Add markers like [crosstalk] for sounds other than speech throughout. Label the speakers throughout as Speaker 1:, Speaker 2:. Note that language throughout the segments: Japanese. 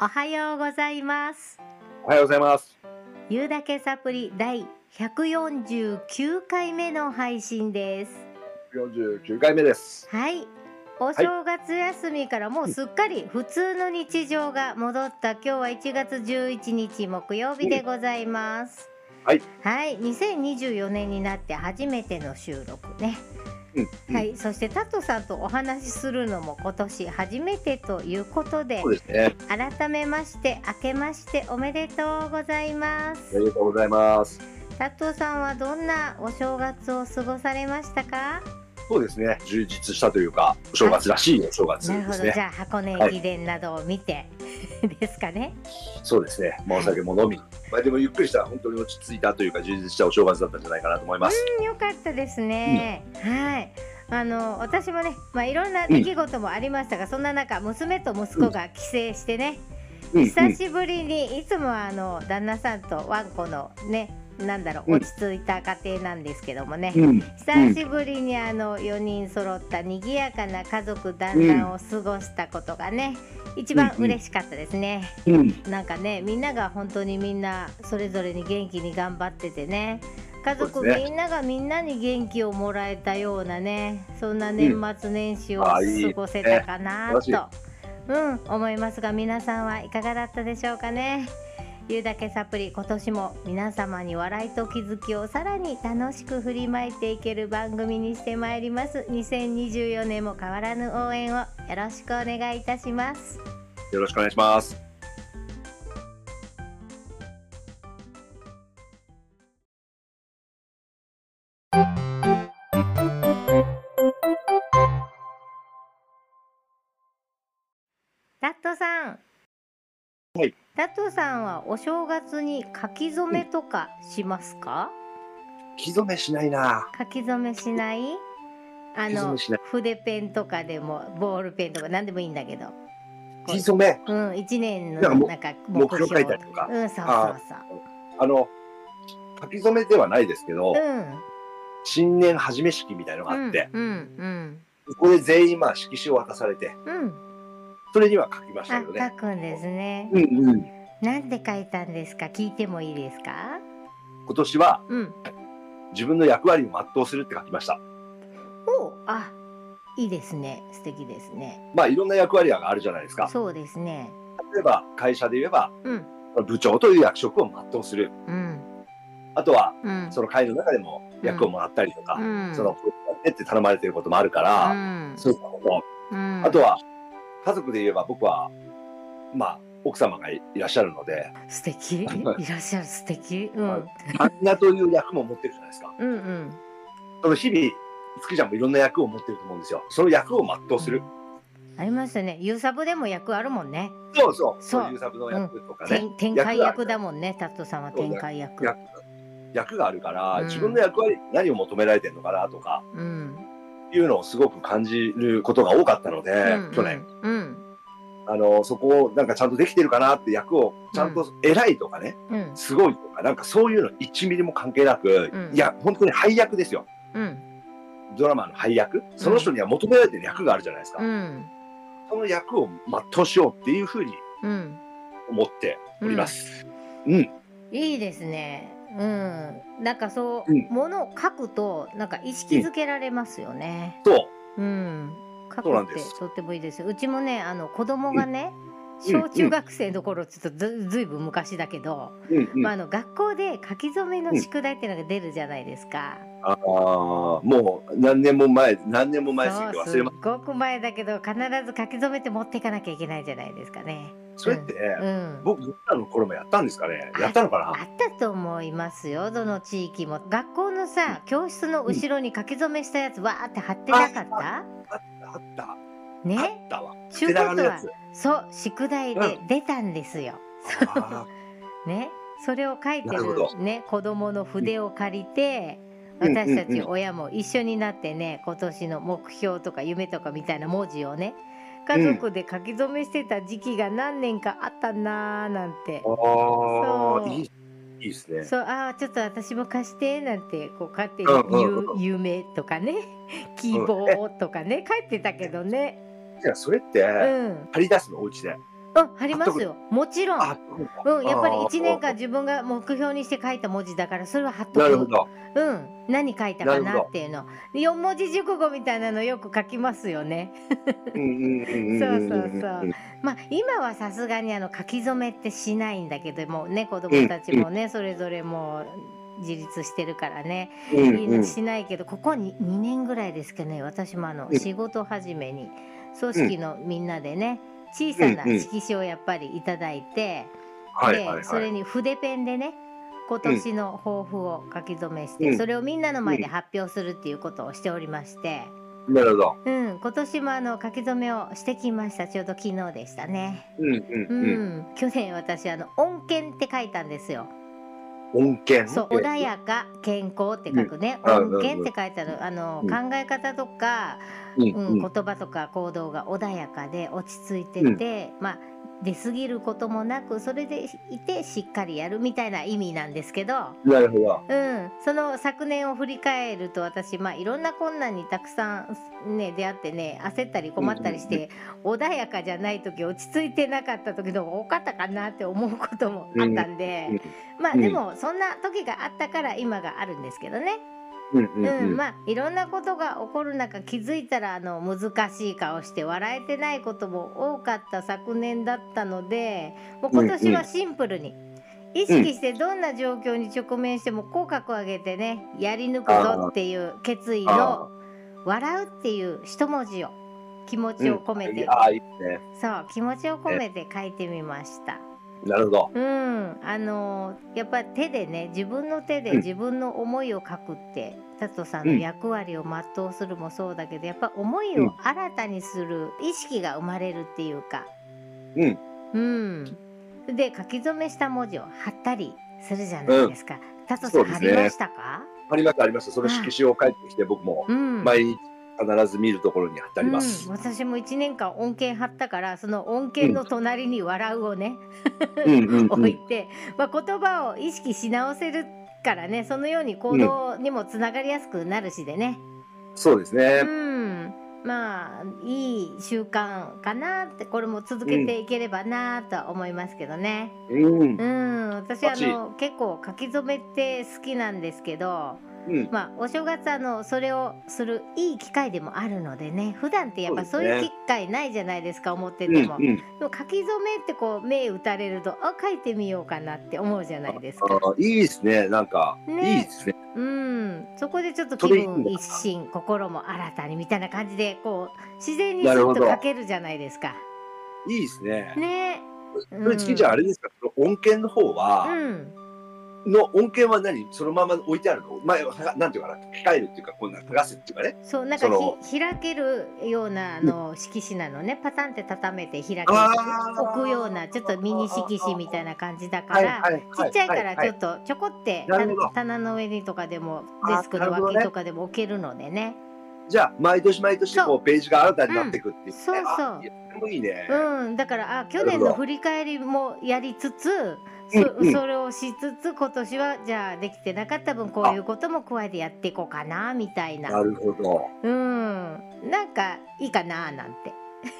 Speaker 1: おはようございます
Speaker 2: おはようございます。
Speaker 1: ゆうだけサプリ第149回目の配信です
Speaker 2: 49回目です。
Speaker 1: はいお正月休みからもうすっかり普通の日常が戻った今日は1月11日木曜日でございます
Speaker 2: はい、
Speaker 1: はい、2024年になって初めての収録ね
Speaker 2: うん、
Speaker 1: は。い、そしてタトさんとお話しするのも今年初めてということで
Speaker 2: そうですね。
Speaker 1: 改めまして明けましておめでとうございま
Speaker 2: あ
Speaker 1: す
Speaker 2: りがとうございます。
Speaker 1: タトさんはどんなお正月を過ごされましたか
Speaker 2: そうですね。充実したというか、お正月らしいお正月
Speaker 1: なる
Speaker 2: で
Speaker 1: ほ
Speaker 2: す
Speaker 1: ど、じ
Speaker 2: ね。
Speaker 1: ゃあ箱根駅伝などを見て、ですかね
Speaker 2: そうですね。まあ、お酒も飲み。まあ、でもゆっくりした、本当に落ち着いたというか、充実したお正月だったんじゃないかなと思います。
Speaker 1: うんよかったですね、はいあの私もね、まあ、いろんな出来事もありましたが、そんな中娘と息子が帰省してね、
Speaker 2: うん、うん、
Speaker 1: 久しぶりにいつもはあの旦那さんとワンコのねなんだろう
Speaker 2: うん
Speaker 1: 落ち着いた家庭なんですけどもね、
Speaker 2: うん、
Speaker 1: 久しぶりにあの4人揃った賑やかな家族団らんを過ごしたことがね一番
Speaker 2: うんうん
Speaker 1: 嬉しかったですね、
Speaker 2: うん、
Speaker 1: なんかねみんなが本当にみんなそれぞれに元気に頑張っててね家
Speaker 2: そう
Speaker 1: 族
Speaker 2: ですね
Speaker 1: みんながみんなに元気をもらえたようなねそんな年末年始を
Speaker 2: うん
Speaker 1: 過
Speaker 2: あいい
Speaker 1: ごせたかな
Speaker 2: 素晴ら
Speaker 1: と、うん、思いますが皆さんはいかがだったでしょうかね。ゆうだけサプリ今年も皆様に笑いと気づきをさらに楽しく振りまいていける番組にしてまいります2024年も変わらぬ応援をよろしくお願いいたします
Speaker 2: よろしくお願いします。
Speaker 1: ラットさん。
Speaker 2: はい。
Speaker 1: ラットさんはお正月に書き初めとかしますか？
Speaker 2: 気染めしないな。
Speaker 1: 書き初めしない？あ
Speaker 2: 書き初
Speaker 1: の
Speaker 2: めしない
Speaker 1: 筆ペンとかでもボールペンとか何でもいいんだけど。
Speaker 2: 気染め、
Speaker 1: うん、一年の
Speaker 2: なんかも
Speaker 1: なんか
Speaker 2: 目標書いたりとか
Speaker 1: うん、そうそう
Speaker 2: ああの。書き染めではないですけど
Speaker 1: そう。、うん。
Speaker 2: 新年始め式みたいのがあって、
Speaker 1: うんうん
Speaker 2: ここで全員まあ色紙を渡されて、
Speaker 1: うん。うん。
Speaker 2: それには書きました
Speaker 1: あ
Speaker 2: けどね、。
Speaker 1: 書くんですね。
Speaker 2: うんうん。
Speaker 1: なんて書いたんですか？聞いてもいいですか？
Speaker 2: 今年は
Speaker 1: うん。
Speaker 2: 自分の役割を全うするって書きました。
Speaker 1: お、あ、いいですね。素敵ですね。
Speaker 2: まあいろんな役割があるじゃないですか。
Speaker 1: そうですね。
Speaker 2: 例えば会社で言えば
Speaker 1: うん。
Speaker 2: 部長という役職を全うする。
Speaker 1: うん
Speaker 2: あとは
Speaker 1: うん
Speaker 2: その会の中でも役をもらったりとか、
Speaker 1: うん
Speaker 2: その、ねって頼まれてることもあるか
Speaker 1: う
Speaker 2: ら、
Speaker 1: ん
Speaker 2: そういったこ
Speaker 1: うん
Speaker 2: と。あとは家族で言えば僕はまあ奥様がいらっしゃるので、
Speaker 1: 素敵いらっしゃる素敵うん、
Speaker 2: はい旦那という役も持ってるじゃないですか。
Speaker 1: うんうん
Speaker 2: その日々月ちゃんもいろんな役を持ってると思うんですよ。その役を全うする。
Speaker 1: ありましたねゆうさぶでも役あるもんね
Speaker 2: そうそう。
Speaker 1: そう
Speaker 2: いう作の役とかね。
Speaker 1: 展展開役だもんねタットさんは展開役
Speaker 2: 役役があるから、
Speaker 1: うん
Speaker 2: 自分の役割何を求められてるのかなとか
Speaker 1: うん、
Speaker 2: いうのをすごく感じることが多かったので、
Speaker 1: うん
Speaker 2: 去年
Speaker 1: うん
Speaker 2: あのそこをなんかちゃんとできてるかなって役をちゃんと偉いとかね、
Speaker 1: うん
Speaker 2: すごいとかなんかそういうの1ミリも関係なく、
Speaker 1: うん
Speaker 2: いや本当に配役ですよ
Speaker 1: うん
Speaker 2: ドラマの配役その人には求められてる役があるじゃないですか、
Speaker 1: うん
Speaker 2: その役を全うしようっていうふうに
Speaker 1: うん
Speaker 2: 思っております。うん、
Speaker 1: いいですねうんなんかそう、
Speaker 2: うん
Speaker 1: ものを書くとなんか意識づけられますよね
Speaker 2: そ
Speaker 1: う
Speaker 2: う
Speaker 1: ん、過
Speaker 2: そう
Speaker 1: 去
Speaker 2: な
Speaker 1: っ
Speaker 2: んで
Speaker 1: て
Speaker 2: す
Speaker 1: とってもいいですようちもねあの子供がね、
Speaker 2: うん
Speaker 1: 小中学生の頃ちょっとずずいぶん昔だけど、
Speaker 2: うんうん
Speaker 1: まあ、あの学校で書き初めの宿題っていうのが出るじゃないですか。
Speaker 2: あーもう何年も前何年も前す
Speaker 1: そ
Speaker 2: ぎ
Speaker 1: う
Speaker 2: て忘
Speaker 1: す
Speaker 2: れ
Speaker 1: っ
Speaker 2: まし
Speaker 1: ごく前だけど必ず書き初めって持っていかなきゃいけないじゃないですかね。
Speaker 2: たそれって、
Speaker 1: うん、
Speaker 2: 僕僕らの頃もやったんですかねやったのか
Speaker 1: あったと思いますよどの地域も学校のさ教室の後ろに書き初めしたやつわーって貼ってなかった
Speaker 2: なあったあったあ
Speaker 1: ね
Speaker 2: ったわ
Speaker 1: ちゅ
Speaker 2: 手
Speaker 1: うこ
Speaker 2: 長
Speaker 1: と
Speaker 2: のや
Speaker 1: は
Speaker 2: つ
Speaker 1: そう宿題で出たんですよ。
Speaker 2: あ
Speaker 1: ね、それを書いて
Speaker 2: な
Speaker 1: る
Speaker 2: るほど
Speaker 1: ね子供の筆を借りて、
Speaker 2: うん
Speaker 1: 私た
Speaker 2: うん
Speaker 1: ち
Speaker 2: うん
Speaker 1: 親も一緒になってね今年の目標とか夢とかみたいな文字をね家族で書き初めしてた時期が何年かあったなーなんて
Speaker 2: ー、あ
Speaker 1: そう
Speaker 2: ーいいいいですね
Speaker 1: そうああちょっと私も貸してなんてこう勝手に言
Speaker 2: うんうん
Speaker 1: う夢とかね希望とかね書いてたけどね
Speaker 2: いやそれって、
Speaker 1: うん
Speaker 2: 張り出すのお家で
Speaker 1: うん、ありますよ。もちろん。
Speaker 2: あ、そうか
Speaker 1: うん、やっぱり
Speaker 2: あー
Speaker 1: 1年間自分が目標にして書いた文字だからそれは貼っと
Speaker 2: なるほ
Speaker 1: く、
Speaker 2: ど。
Speaker 1: うん、何書いたか
Speaker 2: な
Speaker 1: な
Speaker 2: るほど
Speaker 1: っていうの4文字熟語みたいなのよく書きますよね。
Speaker 2: うんうんうんんんん
Speaker 1: そうそうまあ今はさすがにあの書き初めってしないんだけどもね子供たちもね、それぞれもう自立してるからね、
Speaker 2: うん
Speaker 1: いいのしないけどここに2年ぐらいですけどね私もあの
Speaker 2: うん
Speaker 1: 仕事始めに組織のみんなでね小さな
Speaker 2: うんうん
Speaker 1: 色紙をやっぱりいただいて、
Speaker 2: はいはい
Speaker 1: で、
Speaker 2: はい。
Speaker 1: それに筆ペンでね今年の抱負を書き初めして、
Speaker 2: うん
Speaker 1: それをみんなの前で発表するっていうことをしておりまして、
Speaker 2: なるほど。
Speaker 1: うん今年もあの書き初めをしてきましたちょうど昨日でしたね、
Speaker 2: うんうん
Speaker 1: うん
Speaker 2: うん。
Speaker 1: 去年私あの「恩恵」って書いたんですよ。
Speaker 2: 恩恵。
Speaker 1: そう
Speaker 2: ええ
Speaker 1: 穏やか健康って書くね、
Speaker 2: うんあ
Speaker 1: 恩恵って書いてあるあの、
Speaker 2: うん
Speaker 1: 考え方とか、
Speaker 2: うん
Speaker 1: う
Speaker 2: うん
Speaker 1: ん、言葉とか行動が穏やかで落ち着いてて、まあ出過ぎることもなくそれでいてしっかりやるみたいな意味なんですけど、
Speaker 2: なるほど。
Speaker 1: うん、その昨年を振り返ると私、まあ、いろんな困難にたくさん、ね、出会ってね焦ったり困ったりして、穏やかじゃない時落ち着いてなかった時の方が多かったかなって思うこともあったんで、
Speaker 2: うんうん
Speaker 1: まあ
Speaker 2: うん
Speaker 1: でもそんな時があったから今があるんですけどね、
Speaker 2: うん
Speaker 1: う
Speaker 2: うんんうん。
Speaker 1: まあいろんなことが起こる中気づいたらあの難しい顔して笑えてないことも多かった昨年だったのでもう今年はシンプルに。意識してどんな状況に直面しても口角を上げてねやり抜くぞっていう決意
Speaker 2: あ
Speaker 1: の笑うっていう一文字を気持ちを込めて、
Speaker 2: ああ、いいですね。
Speaker 1: そう気持ちを込めて書いてみました。
Speaker 2: なるほど。
Speaker 1: うん、あのーやっぱり手でね自分の手で
Speaker 2: うん
Speaker 1: 自分の思いを書くって、佐藤さんの
Speaker 2: うん
Speaker 1: 役割を全うするもそうだけどやっぱ思いを新たにする意識が生まれるっていうか、
Speaker 2: うん。
Speaker 1: うん、で書き初めした文字を貼ったりするじゃないですか。佐藤さん
Speaker 2: そうで
Speaker 1: 貼
Speaker 2: すね
Speaker 1: りましたか
Speaker 2: ありました、ありました。その色紙を書いてきて、僕も
Speaker 1: うん
Speaker 2: 毎日必ず見るところに貼ってあります
Speaker 1: うん、。私も1年間恩恵貼ったからその恩恵の隣に笑うをね、
Speaker 2: うんうんう
Speaker 1: 置い
Speaker 2: ん。
Speaker 1: て、まあ、言葉を意識し直せるからねそのように行動にもつながりやすくなるしでね、
Speaker 2: そうです
Speaker 1: う
Speaker 2: ね。
Speaker 1: ん、まあいい習慣かなってこれも続けていければなとは思いますけどね、
Speaker 2: うん
Speaker 1: う。ん、私あ
Speaker 2: バッチリ
Speaker 1: の結構書き初めって好きなんですけど、
Speaker 2: うん。
Speaker 1: まあ、お正月あのそれをするいい機会でもあるのでね普段ってやっぱ
Speaker 2: そ
Speaker 1: そうう
Speaker 2: ですね
Speaker 1: いう機会ないじゃないですか思って
Speaker 2: うん
Speaker 1: ても。
Speaker 2: うん。
Speaker 1: でも書き初めってこう目打たれるとあ書いてみようかなって思うじゃないですか。
Speaker 2: あいいですね。なんか、いい
Speaker 1: ね
Speaker 2: ですね。
Speaker 1: うん、そこでちょっと
Speaker 2: そ
Speaker 1: 気
Speaker 2: れいいん
Speaker 1: 分
Speaker 2: だ
Speaker 1: 一新心も新たにみたいな感じでこう自然にス
Speaker 2: なるほ
Speaker 1: ッ
Speaker 2: ど
Speaker 1: と書けるじゃないですか。
Speaker 2: いいですね。
Speaker 1: ねえ。
Speaker 2: それ、月ちゃん、あれですか、その恩恵の方は、
Speaker 1: うん、
Speaker 2: の恩恵は何そのまま置いてあるの前ははなんていうかな控えるっていうかこんな剥がすっていうかね
Speaker 1: そうなんか
Speaker 2: その
Speaker 1: ひ開けるようなあの色紙なのねパタンって畳めて開ける
Speaker 2: あー
Speaker 1: 置くようなちょっとミニ色紙みたいな感じだから、
Speaker 2: い
Speaker 1: ちっちゃいから
Speaker 2: は
Speaker 1: ちょ
Speaker 2: は
Speaker 1: っとちょこって
Speaker 2: なるほど
Speaker 1: 棚の上にとかでも
Speaker 2: あー
Speaker 1: デスクの
Speaker 2: なるほど
Speaker 1: 脇
Speaker 2: ね
Speaker 1: とかでも置けるのでね。
Speaker 2: じゃあ毎年毎年
Speaker 1: そ
Speaker 2: こうページが新たになっていくっていう、ね
Speaker 1: そうそう
Speaker 2: あいやでもいいね、
Speaker 1: うん、だからあ去年
Speaker 2: なるほ
Speaker 1: の
Speaker 2: ど
Speaker 1: 振り返りもやりつつ
Speaker 2: うんう
Speaker 1: そ
Speaker 2: ん
Speaker 1: それをしつつ今年はじゃあできてなかった分こういうことも加えてやっていこうかなみたいな
Speaker 2: なるほ
Speaker 1: [laughs]
Speaker 2: ど
Speaker 1: うんなんかいいかななんて。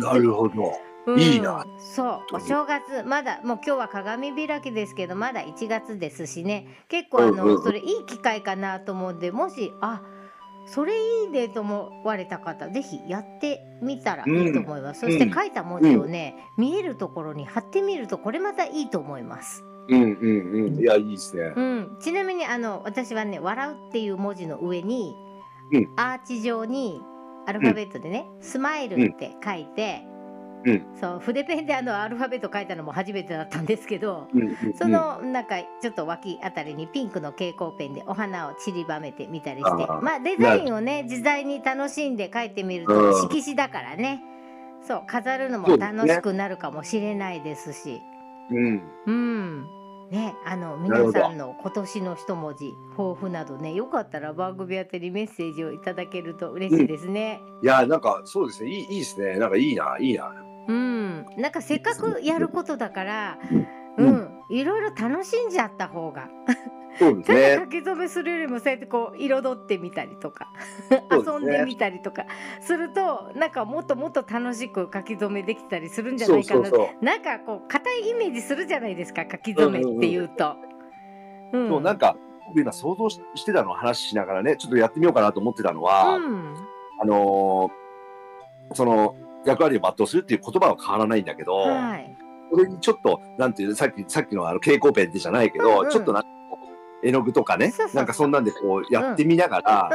Speaker 2: なるほど
Speaker 1: うん
Speaker 2: いいな
Speaker 1: そうお正月まだもう今日は鏡開きですけどまだ1月ですしね結構あの、
Speaker 2: うんうんうん
Speaker 1: それいい機会かなと思うんでもしあそれいいねと思われた方ぜひやってみたらいいと思います、
Speaker 2: うん
Speaker 1: そして書いた文字をね、見えるところに貼ってみるとこれまたいいと思います、
Speaker 2: うんうんうんいやいいですね
Speaker 1: うん、ちなみにあの私はね「笑う」っていう文字の上に、
Speaker 2: うん
Speaker 1: アーチ状にアルファベットでね「スマイル」って書いて、
Speaker 2: うん
Speaker 1: そう筆ペンであのアルファベット書いたのも初めてだったんですけど。
Speaker 2: うんうんうん
Speaker 1: そのなんかちょっと脇あたりにピンクの蛍光ペンでお花を散りばめてみたりして
Speaker 2: あー
Speaker 1: まあデザインをね自在に楽しんで書いてみる
Speaker 2: うん
Speaker 1: と色紙だからねそう飾るの
Speaker 2: そ
Speaker 1: も
Speaker 2: うですね
Speaker 1: 楽しくなるかもしれないですし
Speaker 2: うん
Speaker 1: うん。ね、あの
Speaker 2: なる
Speaker 1: 皆
Speaker 2: ほど
Speaker 1: さんの今年の一文字抱負などねよかったら番組宛てにメッセージをいただけると嬉しいですね。
Speaker 2: いやなんかそうですねいいいいですねなんかいいないいな
Speaker 1: うん、なんかせっかくやることだから、
Speaker 2: う
Speaker 1: うんん、いろいろ楽しんじゃった方が
Speaker 2: そうです
Speaker 1: ただ
Speaker 2: ね
Speaker 1: 書。き初めするよりもそうやってこう彩ってみたりとか、
Speaker 2: そうですね
Speaker 1: 遊んでみたりとかするとなんかもっともっと楽しく書き初めできたりするんじゃ
Speaker 2: そ
Speaker 1: な
Speaker 2: う
Speaker 1: いか
Speaker 2: そ
Speaker 1: な
Speaker 2: うそう。
Speaker 1: なんかこう硬いイメージするじゃないですか書き初めっていうと。うん
Speaker 2: そうなんか僕今想像ししてたの話しながらねちょっとやってみようかなと思ってたのは、
Speaker 1: うん
Speaker 2: あのーその役割を全うするっていう言葉は変わらないんだけど、
Speaker 1: はい、
Speaker 2: これにちょっとなんていうさっきさっきのあの蛍光ペンでじゃないけど、
Speaker 1: うんうん
Speaker 2: ちょっとなんかこう絵の具とかね
Speaker 1: そうそうそう
Speaker 2: なんかそんなんでこうやってみながら、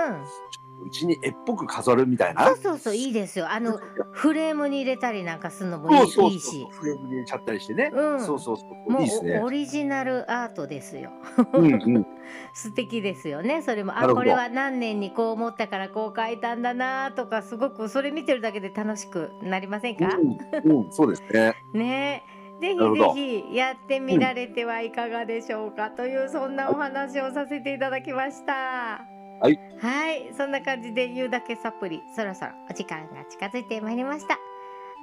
Speaker 1: うん、
Speaker 2: うちに絵っぽく飾るみたいな
Speaker 1: そう。そうそういいですよあのフレームに入れたりなんかするのもいい
Speaker 2: そうそう
Speaker 1: いい
Speaker 2: そう
Speaker 1: し、
Speaker 2: フレームに入れちゃったりしてね、
Speaker 1: うん
Speaker 2: そうそうそう
Speaker 1: もう
Speaker 2: いいですね
Speaker 1: オ。リジナルアートですよ [laughs]
Speaker 2: うんうん、
Speaker 1: 素敵ですよねそれも
Speaker 2: なる
Speaker 1: あ
Speaker 2: ほど
Speaker 1: これは何年にこう思ったからこう書いたんだなとかすごくそれ見てるだけで楽しくなりませんか、
Speaker 2: うん、うん、そうですね。
Speaker 1: ねえぜひ
Speaker 2: なるほど
Speaker 1: ぜひやってみられてはいかがでしょうか、というそんなお話をさせていただきましたはいはいそんな感じで言うだけサプリそろそろお時間が近づいてまいりました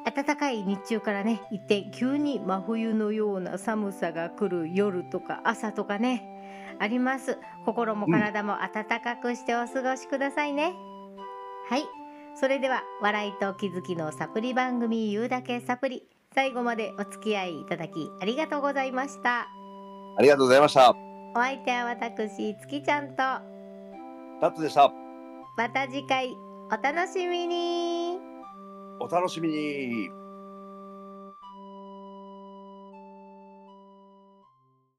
Speaker 1: 暖かい日中からね一転急に真冬のような寒さが来る夜とか朝とかねあります心も体も温かくしてお過ごしくださいね、はいそれでは笑いと気づきのサプリ番組言うだけサプリ最後までお付き合いいただきありがとうございました
Speaker 2: ありがとうございました。
Speaker 1: お相手は私月ちゃんと
Speaker 2: タットでした。
Speaker 1: また次回お楽しみに
Speaker 2: お楽しみに。